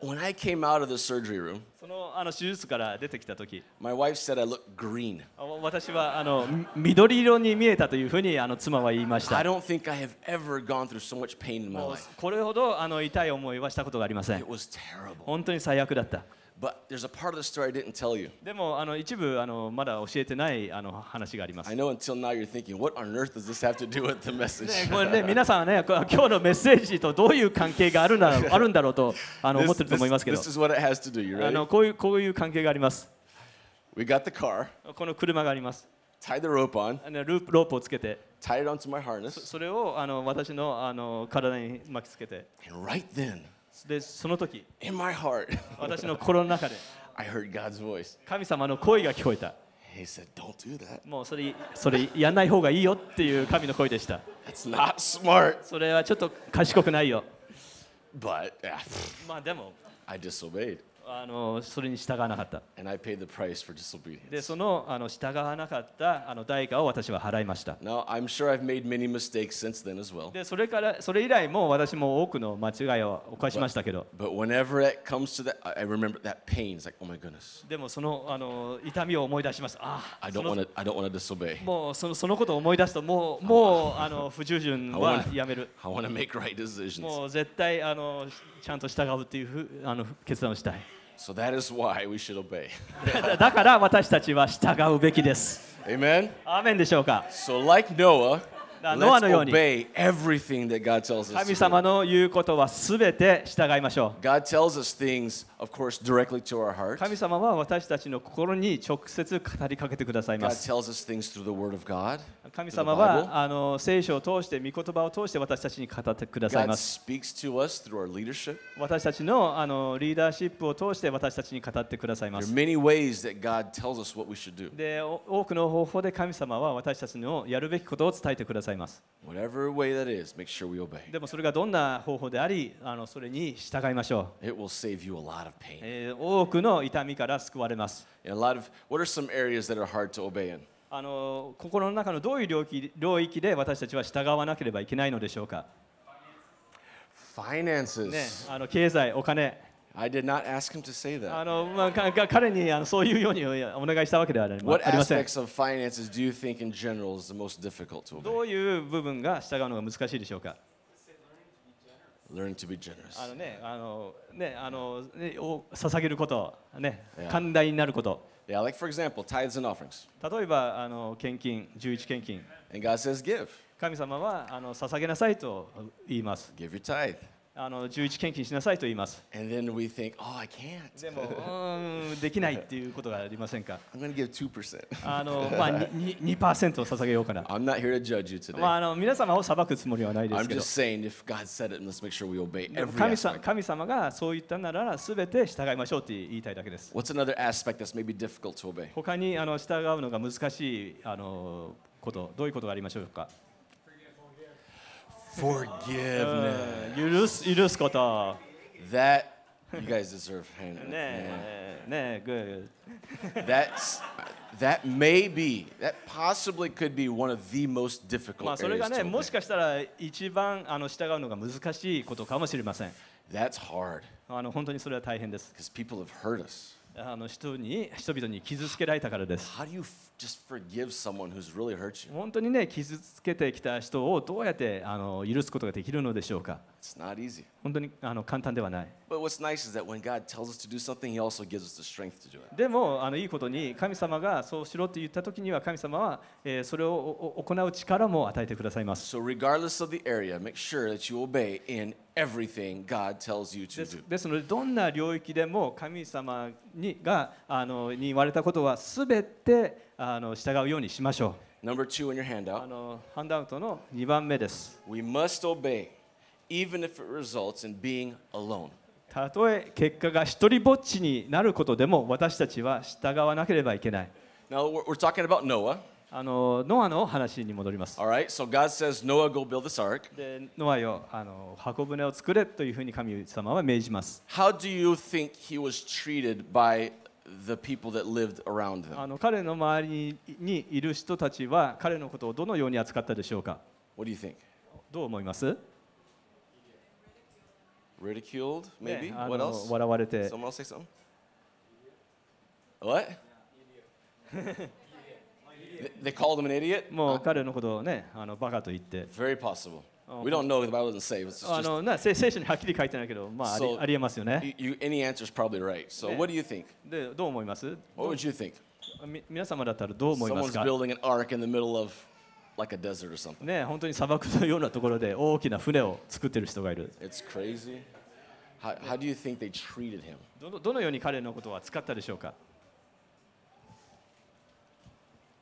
Speaker 1: When I came out of the surgery room,
Speaker 2: そのあの手術から出てきた時
Speaker 1: my wife said I looked green.
Speaker 2: あ私はあのみ緑色に見えたというふうにあの妻は言いました
Speaker 1: I don't think I have ever gone through so much pain in my life.
Speaker 2: これほどあの痛い思いはしたことがありません
Speaker 1: It was terrible.
Speaker 2: 本当に最悪だった
Speaker 1: But there's a part of the story I didn't tell you.
Speaker 2: でもあの一部あのまだ教えてないあの話があります
Speaker 1: I。know until now you're thinking, what on earth does this have to do with the message?
Speaker 2: ねこれね、皆さんはね、こう今日のメッセージとどういう関係がある んだろうあるんだろうとあの思
Speaker 1: This,
Speaker 2: ってると思います
Speaker 1: this,
Speaker 2: けど
Speaker 1: this、is what it has to do. You
Speaker 2: あ
Speaker 1: ready?
Speaker 2: のこういうこういう関係があります。
Speaker 1: We got the car,
Speaker 2: この車があります。
Speaker 1: tied the rope on,
Speaker 2: あのループロープをつけて、
Speaker 1: tied it onto my harness,
Speaker 2: それをあの私のあの体に巻きつけて、
Speaker 1: and right then,
Speaker 2: でその時
Speaker 1: in my heart,
Speaker 2: 私の心の中で
Speaker 1: I heard God's voice.
Speaker 2: 神様の声が聞こえた。
Speaker 1: He said, "Don't do that.
Speaker 2: もうそれそれやんない方がいいよっていう神の声でした。
Speaker 1: That's not smart."
Speaker 2: それはちょっと賢くないよ。
Speaker 1: But ah, pfft,
Speaker 2: まあでも
Speaker 1: I disobeyed,
Speaker 2: あのそれに従わなかった。
Speaker 1: and I paid the price for
Speaker 2: で
Speaker 1: disobedience.
Speaker 2: そのあの従わなかったあの代価を私は払いました。
Speaker 1: Now I'm sure I've made many mistakes since then as well.
Speaker 2: でそれからそれ以来も私も多くの間違いを犯しましたけど、
Speaker 1: But whenever it comes to that, I- I remember that pain. It's like, oh my goodness,
Speaker 2: でもそのあの痛みを思い出します。ああ
Speaker 1: I
Speaker 2: そ
Speaker 1: don't
Speaker 2: の
Speaker 1: want to. I don't want to disobey.
Speaker 2: もうそのそのことを思い出すともうもうあの不従順
Speaker 1: I want
Speaker 2: は
Speaker 1: to.
Speaker 2: やめる。
Speaker 1: I want to make right decisions.
Speaker 2: もう絶対あのちゃんと従うっていうふあの決断をしたい
Speaker 1: So that is why we should obey.
Speaker 2: だ。だから私たちは従うべきです。
Speaker 1: Amen.
Speaker 2: アーメンでしょうか。
Speaker 1: So like Noah,
Speaker 2: Now,
Speaker 1: let's
Speaker 2: Noahのように。
Speaker 1: obey everything that God tells us.
Speaker 2: 神
Speaker 1: to
Speaker 2: 様
Speaker 1: do.
Speaker 2: の言うことはすべて従いましょ
Speaker 1: God tells us things, of course, directly to our
Speaker 2: う。
Speaker 1: heart.
Speaker 2: 神様は私たちの心に直接語りかけてくださいま
Speaker 1: God
Speaker 2: す。
Speaker 1: tells us things through the Word of God.
Speaker 2: 神
Speaker 1: through the
Speaker 2: 様
Speaker 1: Bible.
Speaker 2: はあの聖書を通して、御言葉を通して私たちに語ってください
Speaker 1: God
Speaker 2: ます。
Speaker 1: speaks to us through our leadership.
Speaker 2: 私たちのあのリーダーシップを通して私たちに語ってくださいま
Speaker 1: There are
Speaker 2: す。
Speaker 1: many ways that God tells us what we should do.
Speaker 2: で、お多くの方法で神様は私たちのやるべきことを伝えてくださいます。
Speaker 1: Whatever way that is, make sure we obey.
Speaker 2: でもそれがどんな方法であり、あのそれに従いましょう。
Speaker 1: It will save you a lot of pain.
Speaker 2: えー多くの痛みから救われます。
Speaker 1: And a lot of what are some areas that are hard to obey in?
Speaker 2: あの心の中のどういう領域領域で私たちは従わなければいけないのでしょうか、
Speaker 1: Finances.
Speaker 2: ね、あの経済、お金
Speaker 1: I did not ask him to say
Speaker 2: あ
Speaker 1: that.
Speaker 2: の、まあ、かか彼にあのそういうようにお願いしたわけではあり
Speaker 1: What
Speaker 2: ありません
Speaker 1: aspects of finances do you think in general is the most difficult to
Speaker 2: ど
Speaker 1: obey?
Speaker 2: ういう部分が従うのが難しいでしょうか
Speaker 1: Learn to be generous.
Speaker 2: あのねあのねあのねお捧げること、ね
Speaker 1: Yeah.、
Speaker 2: 寛大になること、
Speaker 1: Yeah, like for example, tithes and offerings.
Speaker 2: 例えばあの献金、十一献金、
Speaker 1: And God says give.
Speaker 2: 神様はあの捧げなさいと言います、
Speaker 1: Give your tithe.
Speaker 2: あの十一献金しなさいと言います、
Speaker 1: And then we think, oh, I can't.
Speaker 2: で も、うーんできないっていうことがありませんか。
Speaker 1: I'm going to give 2%.
Speaker 2: あの まあ、にに2%を捧げようかな。
Speaker 1: I'm not here to judge you today.
Speaker 2: まあ、あの皆様を裁くつもりはないで
Speaker 1: I'm
Speaker 2: すけど
Speaker 1: just、saying, if God said it, let's make sure we obey
Speaker 2: でも
Speaker 1: every
Speaker 2: 神様
Speaker 1: aspect.
Speaker 2: 神様がそう言ったなら、すべて従いましょうって言いたいだけです。
Speaker 1: What's another aspect that's maybe difficult to obey?
Speaker 2: 他にあの従うのが難しいあのこと、どういうことがありましょうか。Uh,
Speaker 1: Forgiveness.
Speaker 2: 許す許すこと。
Speaker 1: That you guys deserve. hand-
Speaker 2: ねえ、ねえ、グー。
Speaker 1: yeah. That's that may be that possibly could be one of the most
Speaker 2: まあ、
Speaker 1: difficult
Speaker 2: それ
Speaker 1: areas
Speaker 2: が
Speaker 1: to
Speaker 2: ね、も
Speaker 1: obey.
Speaker 2: しかしたら一番あの従うのが難しいことかもしれません。
Speaker 1: That's hard
Speaker 2: あの本当にそれは大変です。
Speaker 1: because people have hurt us.
Speaker 2: あの人に人々に傷つけられたからです。
Speaker 1: How do you f- just forgive someone who's really hurt you?
Speaker 2: 本当にね傷つけてきた人をどうやってあの許すことができるのでしょうか
Speaker 1: It's not easy.
Speaker 2: 本当にあの簡単ではない
Speaker 1: But what's nice is that when God tells us to do something, He also gives us the strength to do it.
Speaker 2: でもあのいいことに神様がそうしろって言った時には神様は、えーそれをおお行う力も与えてくださいます
Speaker 1: So, regardless of the area, make sure that you obey in everything God tells you to
Speaker 2: です
Speaker 1: do.
Speaker 2: ですのでどんな領域でも神様にがあのに言われたことは全てあの従うようにしましょ
Speaker 1: Number two in your
Speaker 2: うあ
Speaker 1: handout,
Speaker 2: のハンドアウトの2番目です
Speaker 1: we must obey, even if it results in being alone.
Speaker 2: たとえ結果が一人ぼっちになることでも私たちは従わなければいけない
Speaker 1: Now, we're, we're talking about Noah.
Speaker 2: あのノアの話に戻ります。
Speaker 1: All right, so God says, Noah, go build this ark.
Speaker 2: でノアよあの箱舟を作れというふうに神様は命じます。
Speaker 1: How do you think he was treated by the people that lived around
Speaker 2: あ
Speaker 1: them?
Speaker 2: の彼の周りににいる人たちは彼のことをどのように扱ったでしょうか
Speaker 1: What do you think?
Speaker 2: どう思います、
Speaker 1: Ridiculed, maybe?
Speaker 2: ねあ
Speaker 1: what
Speaker 2: の
Speaker 1: else?
Speaker 2: 笑われて
Speaker 1: Someone else say something? What? they, they called him an idiot?
Speaker 2: もう彼のことをねあのバカと言って
Speaker 1: Very possible. We don't Oh. know. The Bible doesn't say. It's
Speaker 2: あ
Speaker 1: just,
Speaker 2: のな聖聖書にはっきり書いてないけど、まあ、あり
Speaker 1: So-
Speaker 2: ありえますよね。
Speaker 1: you, you, any answer is probably right. So what do you think?
Speaker 2: で、どう思います
Speaker 1: What would you think?
Speaker 2: み皆様だったらどう思います
Speaker 1: Someone's
Speaker 2: か
Speaker 1: building an ark in the middle of like a desert or something.
Speaker 2: ね、本当に砂漠のようなところで大きな船を作ってる人がいる。
Speaker 1: It's crazy. How, how do you think they treated him?
Speaker 2: どのどのように彼のことは使ったでしょ うか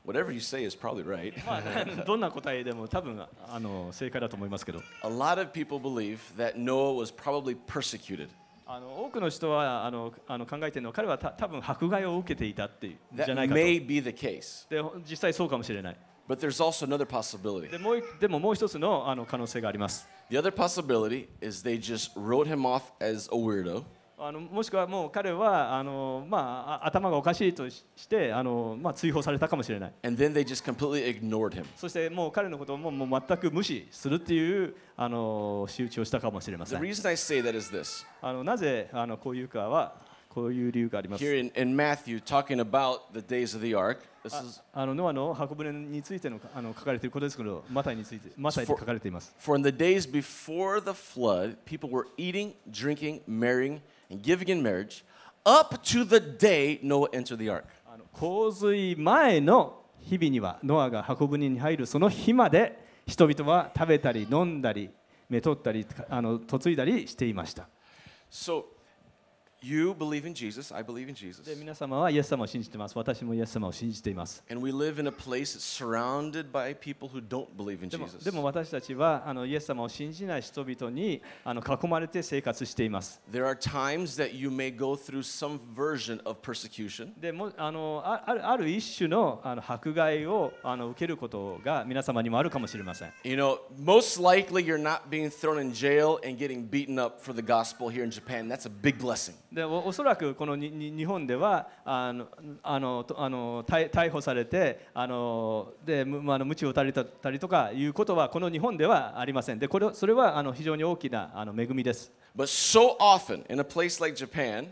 Speaker 1: Whatever you say is probably right.
Speaker 2: まあどんな答えでも多分あの正解だと思いますけど
Speaker 1: A lot of people believe that Noah was probably persecuted.
Speaker 2: あの多くの人はあのあの考えているのは彼はた多分迫害を受けていたっていうじゃ
Speaker 1: That
Speaker 2: ないかと。
Speaker 1: may be the case.
Speaker 2: でほ実際そうかもしれない。
Speaker 1: But there's also another possibility.
Speaker 2: でもういでももう一つのあの可能性があります。
Speaker 1: The other possibility is they just wrote him off as a weirdo
Speaker 2: あのもしくはもう彼はあの、まあ、あ頭がおかしいとししてあの、まあ、追放されたかもしれない。
Speaker 1: and then they just completely ignored him.
Speaker 2: そしてもう彼のことをもうもう全く無視するっていうあの仕打ちをしたかもしれませ
Speaker 1: The
Speaker 2: ん。
Speaker 1: reason I say that is this.
Speaker 2: あのなぜあのこういうかはこういう理由があります
Speaker 1: Here。in, in Matthew, talking about the days of the ark, this is
Speaker 2: あのノアの箱舟についてのあの書かれていることですけど、マタイについてマタイに書かれています。
Speaker 1: For in the days before the flood, people were eating, drinking, marrying, and giving in marriage up to the day Noah entered the ark.
Speaker 2: あの洪水前の日々にはノアが箱舟に入るその日まで人々は食べたり飲んだり目取ったりあの嫁いだりしていました。
Speaker 1: So you believe in Jesus, I believe in Jesus.
Speaker 2: で皆様はイエス様を信じています。私もイエス様を信じています。
Speaker 1: And we live in a place that's surrounded by people who don't believe in
Speaker 2: でも
Speaker 1: Jesus.
Speaker 2: でも私たちはあのイエス様を信じない人々にあの囲まれて生活しています。
Speaker 1: There are times that you may go through some version of persecution,
Speaker 2: でもあのああるある一種のあの迫害をあの受けることが皆様にもあるかもしれません。
Speaker 1: You know, most likely you're not being thrown in jail and getting beaten up for the gospel here in Japan. That's a big blessing.
Speaker 2: でおおそらくこのにに日本ではあのあのとあの逮逮捕されてあのでむまああの鞭を打たれたりとかいうことはこの日本ではありませんでこれをそれはあの非常に大きなあの恵みです。
Speaker 1: But so often in a place like Japan,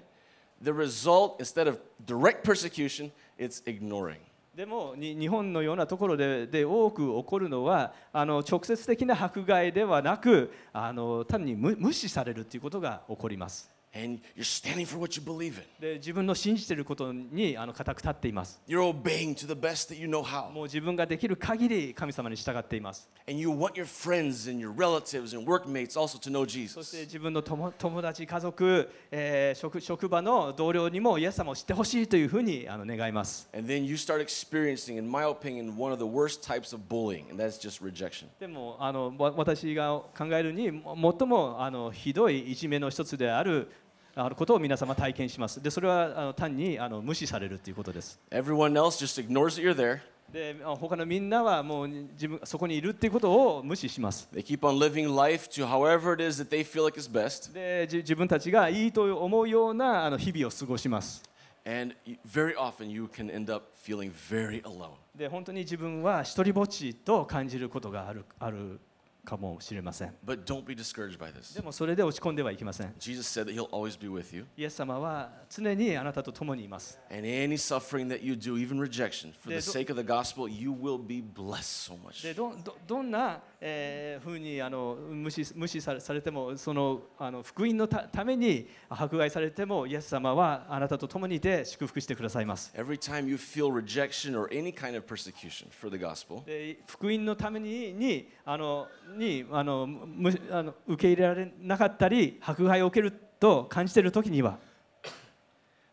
Speaker 1: the result, instead of direct persecution, it's ignoring.
Speaker 2: でもに日本のようなところでで多く起こるのはあの直接的な迫害ではなくあの単に無無視されるということが起こります。
Speaker 1: And you're standing for what you believe in.
Speaker 2: で自分の信じていることにあの固く立っています。
Speaker 1: You're obeying to the best that you know how.
Speaker 2: もう自分ができる限り神様に従っています。
Speaker 1: And you want your friends and your relatives and workmates also to know
Speaker 2: そ
Speaker 1: Jesus.
Speaker 2: して自分の友友達、家族、えー職、職場の同僚にもイエス様を知ってほしいというふうにあの願います。
Speaker 1: And then you start experiencing, in my opinion, one of the worst types of bullying, and that's just rejection.
Speaker 2: でもあのわ私が考えるにも最もあのひどいいじめの一つであるあのことを皆様体験します。でそれはあの単にあの無視されるということです。
Speaker 1: Everyone else just ignores that you're there.
Speaker 2: であ他のみんなはもう自分そこにいるっていうことを無視します。
Speaker 1: They keep on living life to however it is that they feel like is best.
Speaker 2: でじ自分たちがいいと思うようなあの日々を過ごします。
Speaker 1: And y- very often you can end up feeling very alone.
Speaker 2: で本当に自分は一りぼっちと感じることがあるあるかもしれません。
Speaker 1: But don't be discouraged by this.
Speaker 2: でもそれで落ち込んではいけません。
Speaker 1: Jesus said that He'll always be with you.
Speaker 2: イエス様は常にあなたと共にいます。
Speaker 1: And any suffering that you do, even rejection, for the
Speaker 2: There's-
Speaker 1: sake of the gospel, you will be blessed so much.
Speaker 2: でどどどんな、えー、ふうにあの無視無視されされてもそのあの福音のたために迫害されてもイエス様はあなたと共にいて祝福してくださいます。
Speaker 1: Every time you feel rejection or any kind of persecution for the gospel,
Speaker 2: で福音のためににあのにあのむあの受け入れられなかったり迫害を受けると感じている時には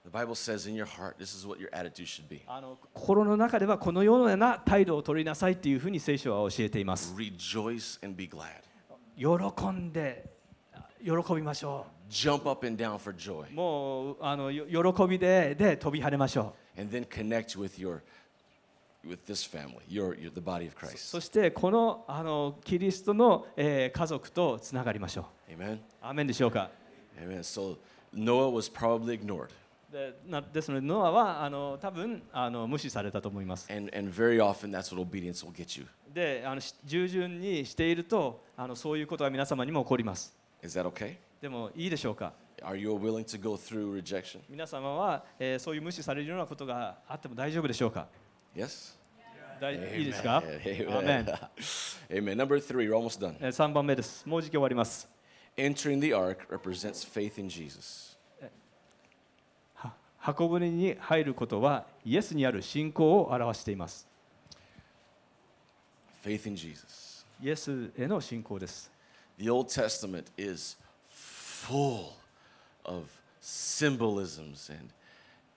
Speaker 1: the Bible says in your heart, this is what your attitude should be
Speaker 2: あの心の中ではこのような態度を取りなさいというふうに聖書は教えています。
Speaker 1: rejoice and be glad.
Speaker 2: 喜んで喜びましょ
Speaker 1: Jump up and down for joy.
Speaker 2: うもうあのよ喜びでで飛び跳ねましょ
Speaker 1: and then connect with your with this family your, your the body of
Speaker 2: う
Speaker 1: christ
Speaker 2: そしてこのあのキリストの、えー家族とつながりましょう
Speaker 1: amen
Speaker 2: アーメンでしょうか
Speaker 1: amen so noah was probably ignored
Speaker 2: でなですのでノアはあの多分あの無視されたと思います
Speaker 1: and and very often that's what obedience will get you
Speaker 2: であのし従順にしているとあのそういうことが皆様にも起こります
Speaker 1: is that okay
Speaker 2: でもいいでしょうか
Speaker 1: are you willing to go through rejection
Speaker 2: 皆様は、えーそういう無視されるようなことがあっても大丈夫でしょうか
Speaker 1: yes
Speaker 2: 大いいですか
Speaker 1: Amen.
Speaker 2: アーメン
Speaker 1: Amen. Number three, we're almost done.
Speaker 2: えー3番目ですもうじき終わります
Speaker 1: Entering the ark represents faith in Jesus.
Speaker 2: は箱舟に入ることはイエスにある信仰を表しています
Speaker 1: Faith in Jesus.
Speaker 2: イエスへの信仰です
Speaker 1: The Old Testament is full of symbolisms and,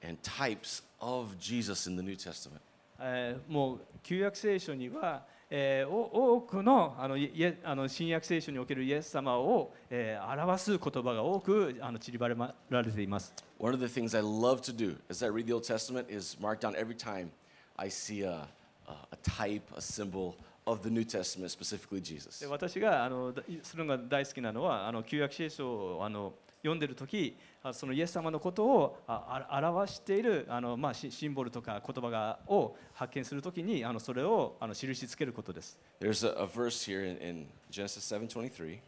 Speaker 1: and types of Jesus in the New Testament.
Speaker 2: えーもう旧約聖書には、えーお多くのあのイエあの新約聖書におけるイエス様を、えー表す言葉が多くあの散りばめられています
Speaker 1: One of the things I love to do as I read the Old Testament is mark down every time I see a, a, a type, a symbol of the New Testament, specifically Jesus.
Speaker 2: で私があのだするのが大好きなのはあの旧約聖書をあの読んでる時あそのイエス様のことをああ表しているあの、まあ、シシンボルとか言葉がを発見するときにあのそれをあの印つけることです、
Speaker 1: There's a, a verse here in, in Genesis 7:23.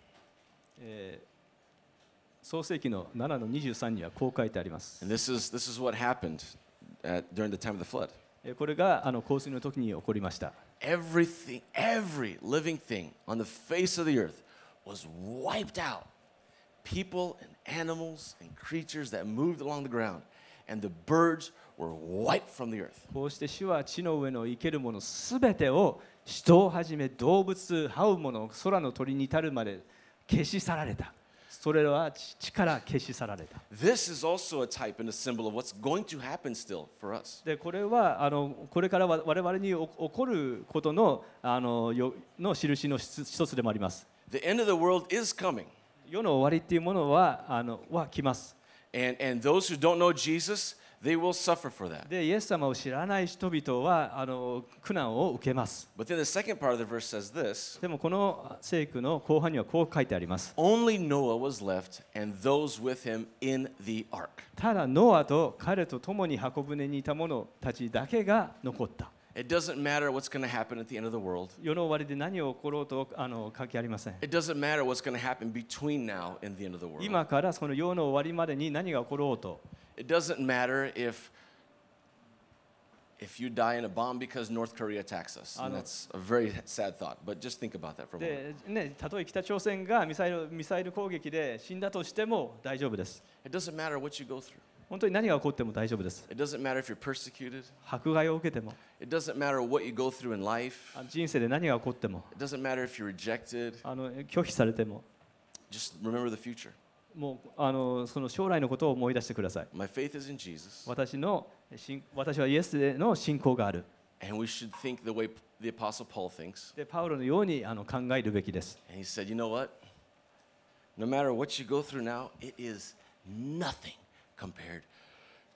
Speaker 2: えー創世紀の7の23にはこう書いてあります、
Speaker 1: And this is, this is what happened at, during the time of the flood.
Speaker 2: えーこれがあの洪水の時に起こりました
Speaker 1: Everything, every living thing on the face of the earth was wiped out. People and animals and creatures that moved along the ground, and the birds were wiped from the earth.
Speaker 2: こうして主は地の上の生けるものすべてを人をはじめ動物、這うもの、空の鳥に至るまで消し去られた。それは地地から消し去られた。
Speaker 1: This is also a type and a symbol of what's going to happen still for us.
Speaker 2: でこれはあのこれからわ我々にお起こることのあのよの印の一つ一つでもあります。
Speaker 1: The end of the world is coming.
Speaker 2: 世の終わりっていうものはあのは来ます。
Speaker 1: And, and those who don't know Jesus, they will suffer for that.
Speaker 2: で、イエス様を知らない人々はあの苦難を受けます。
Speaker 1: But then the second part of the verse says this
Speaker 2: でもこの聖句の後半にはこう書いてあります。
Speaker 1: Only Noah was left and those with him in the ark.
Speaker 2: ただノアと彼と共に箱舟にいた者たちだけが残った。
Speaker 1: It doesn't matter what's going to happen at the end of the world.
Speaker 2: 世の終わりで何を起ころうとあの関係ありません。
Speaker 1: It doesn't matter what's going to happen between now and the end of the world.
Speaker 2: 今からその世の終わりまでに何が起ころうと、
Speaker 1: It doesn't matter if if you die in a bomb because North Korea attacks us.
Speaker 2: I
Speaker 1: And
Speaker 2: know.
Speaker 1: that's a very sad thought, but just think about that for a moment.
Speaker 2: でね、たとえ北朝鮮がミサイルミサイル攻撃で死んだとしても大丈夫です。
Speaker 1: It doesn't matter what you go through.
Speaker 2: 本当に何が起こっても大丈夫です。
Speaker 1: It doesn't matter if you're persecuted.
Speaker 2: 迫害を受けても、
Speaker 1: It doesn't matter what you go through in life.
Speaker 2: あ人生で何が起こっても、
Speaker 1: It doesn't matter if you're rejected.
Speaker 2: あの拒否されても、
Speaker 1: Just remember the future.
Speaker 2: もうあのその将来のことを思い出してください。
Speaker 1: My faith is in Jesus.
Speaker 2: 私の信私はイエスへの信仰がある。
Speaker 1: And we should think the way the Apostle Paul thinks.
Speaker 2: でパウロのようにあの考えるべきです。
Speaker 1: And he said, You know what? No matter what you go through now, it is nothing compared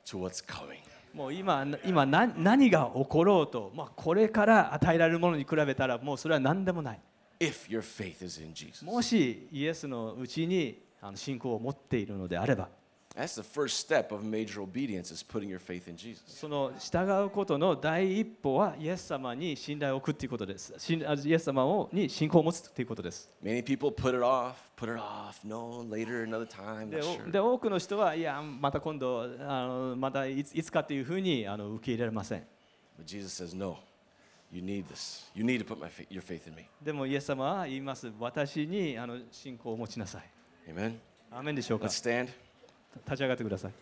Speaker 1: to what's coming.
Speaker 2: もう今今な何が起ころうと、まあ、これから与えられるものに比べたらもうそれは何でもない
Speaker 1: If your faith is in Jesus.
Speaker 2: もしイエスのうちにあの信仰を持っているのであれば
Speaker 1: That's the first step of major obedience is putting your faith in Jesus.
Speaker 2: その従うことの第一歩はイエス様に信頼を置くということです信あイエス様をに信仰を持つということです
Speaker 1: Many people put it off, put it off, no, later, another time,
Speaker 2: で
Speaker 1: not
Speaker 2: お
Speaker 1: sure.
Speaker 2: で多くの人はいやまた今度あのまたいついつかというふうにあの受け入れられません
Speaker 1: But Jesus says, No, you need this. You need to put my fa- your faith in me.
Speaker 2: でもイエス様は言います私にあの信仰を持ちなさい
Speaker 1: Amen.
Speaker 2: アーメンでしょうか
Speaker 1: Let's
Speaker 2: 立
Speaker 1: stand.
Speaker 2: ち上がってください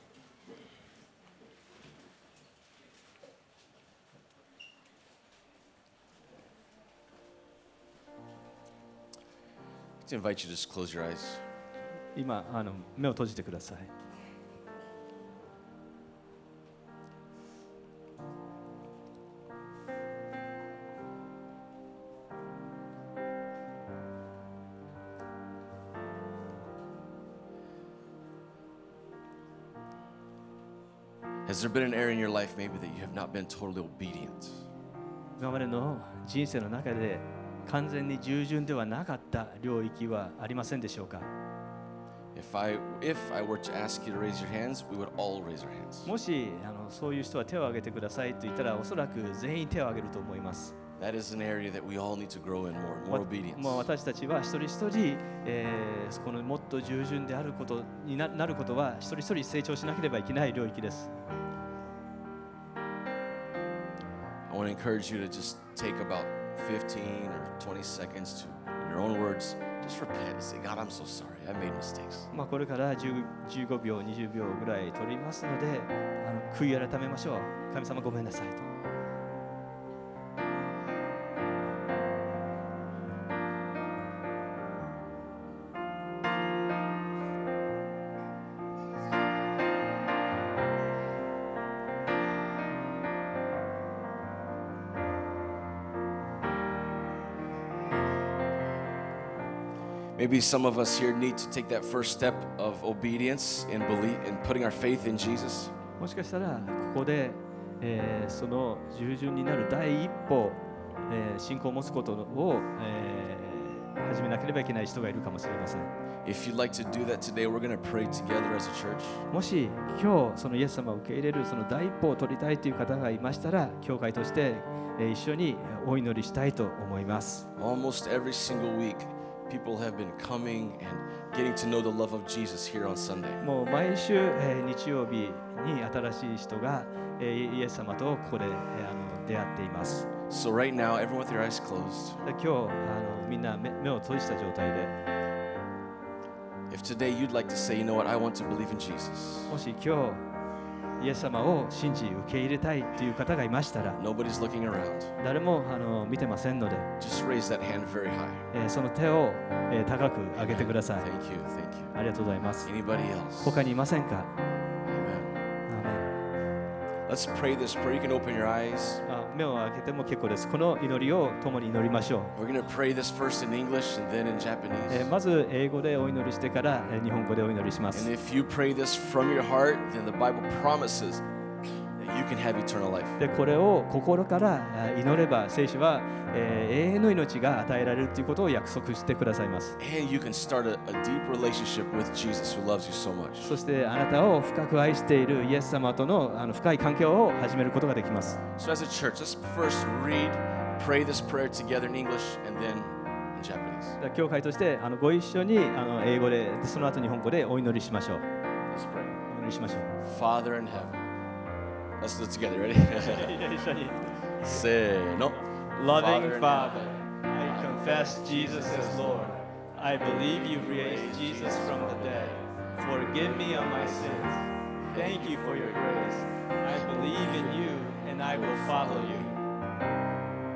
Speaker 1: Let's invite you to just close your eyes.
Speaker 2: 今あの目を閉じてください
Speaker 1: Has there been an area in your life maybe that you have not been totally obedient?
Speaker 2: 今までの人生の中で完全に従順ではなかった領域はありませんでしょうか
Speaker 1: If I if I were to ask you to raise your hands, we would all raise our hands.
Speaker 2: もしあのそういう人は手を挙げてくださいと言ったらおそらく全員手を挙げると思います
Speaker 1: That is an area that we all need to grow in more, more
Speaker 2: わ
Speaker 1: obedience.
Speaker 2: もう私たちは一人一人、えーこのもっと従順であることにななることは一人一人成長しなければいけない領域です
Speaker 1: I want to encourage you to just take about 15 or 20 seconds to, in your own words, just repent and say, God, I'm so sorry. I made mistakes.
Speaker 2: まあ、これから10 15秒、20秒ぐらい取りますので、あの悔い改めましょう。神様ごめんなさいと。
Speaker 1: Maybe some of us here need to take that first step of obedience and belief and putting our faith in Jesus.
Speaker 2: もしかしたらここで、えーその従順になる第一歩、えー信仰を持つことを、えー始めなければいけない人がいるかもしれません
Speaker 1: If you'd like to do that today, we're going to pray together as a church.
Speaker 2: もし今日そのイエス様を受け入れるその第一歩を取りたいという方がいましたら教会として、えー一緒にお祈りしたいと思います
Speaker 1: Almost every single week, people have been coming and getting to know the love of Jesus here on Sunday.
Speaker 2: もう毎週、えー日曜日に新しい人が、えーイエス様とここで、えーあの出会っています
Speaker 1: So, right now, everyone with your eyes closed,
Speaker 2: で今日あのみんな目目を閉じた状態で
Speaker 1: if today you'd like to say, you know what, I want to believe in Jesus,
Speaker 2: もし今日イエス様を信じ受け入れたいという方がいましたら
Speaker 1: nobody's looking around,
Speaker 2: 誰もあの見てませんので、
Speaker 1: just raise that hand very high.
Speaker 2: えーその手を、えー高く上げてください
Speaker 1: Thank you, thank you.
Speaker 2: ありがとうございます
Speaker 1: Anybody else?
Speaker 2: 他にいませんか
Speaker 1: Amen.
Speaker 2: アーメン
Speaker 1: Let's pray this prayer. You can open your eyes.
Speaker 2: あ目を開けても結構ですこの祈りを共に祈りましょう
Speaker 1: We're going to pray this first in English and then in
Speaker 2: え
Speaker 1: Japanese.
Speaker 2: ーまず英語でお祈りしてからえー日本語でお祈りしま
Speaker 1: And
Speaker 2: す
Speaker 1: if you pray this from your heart, then the Bible promises that you can have eternal life.
Speaker 2: でこれを心からあ祈れば聖書は、えー永遠の命が与えられるということを約束してくださいます
Speaker 1: And you can start a, a deep relationship with Jesus who loves you so much.
Speaker 2: そしてあなたを深く愛しているイエス様とのあの深い関係を始めることができます。
Speaker 1: So, as a church, let's first read, pray this prayer together in English and then in Japanese.
Speaker 2: だから教会としてあのご一緒にあの英語ででその後日本語でお祈りしましょう。
Speaker 1: Let's pray.
Speaker 2: お祈りしましょう。
Speaker 1: Father in heaven. Let's do it together. Ready?
Speaker 2: 一緒に。
Speaker 1: Say no.
Speaker 2: Loving Father, I confess Jesus as Lord. I believe you raised Jesus from the dead. Forgive me of my sins. Thank you for your grace. I believe in you and I will follow you.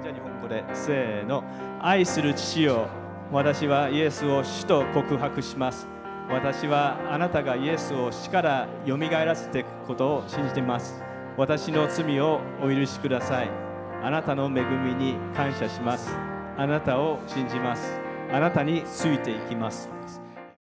Speaker 2: じゃあ日本語でせーの愛する父よ私はイエスを主と告白します私はあなたがイエスを死からよみがえらせていくことを信じています私の罪をお許しくださいあなたの恵みに感謝しますあなたを信じますあなたについていきます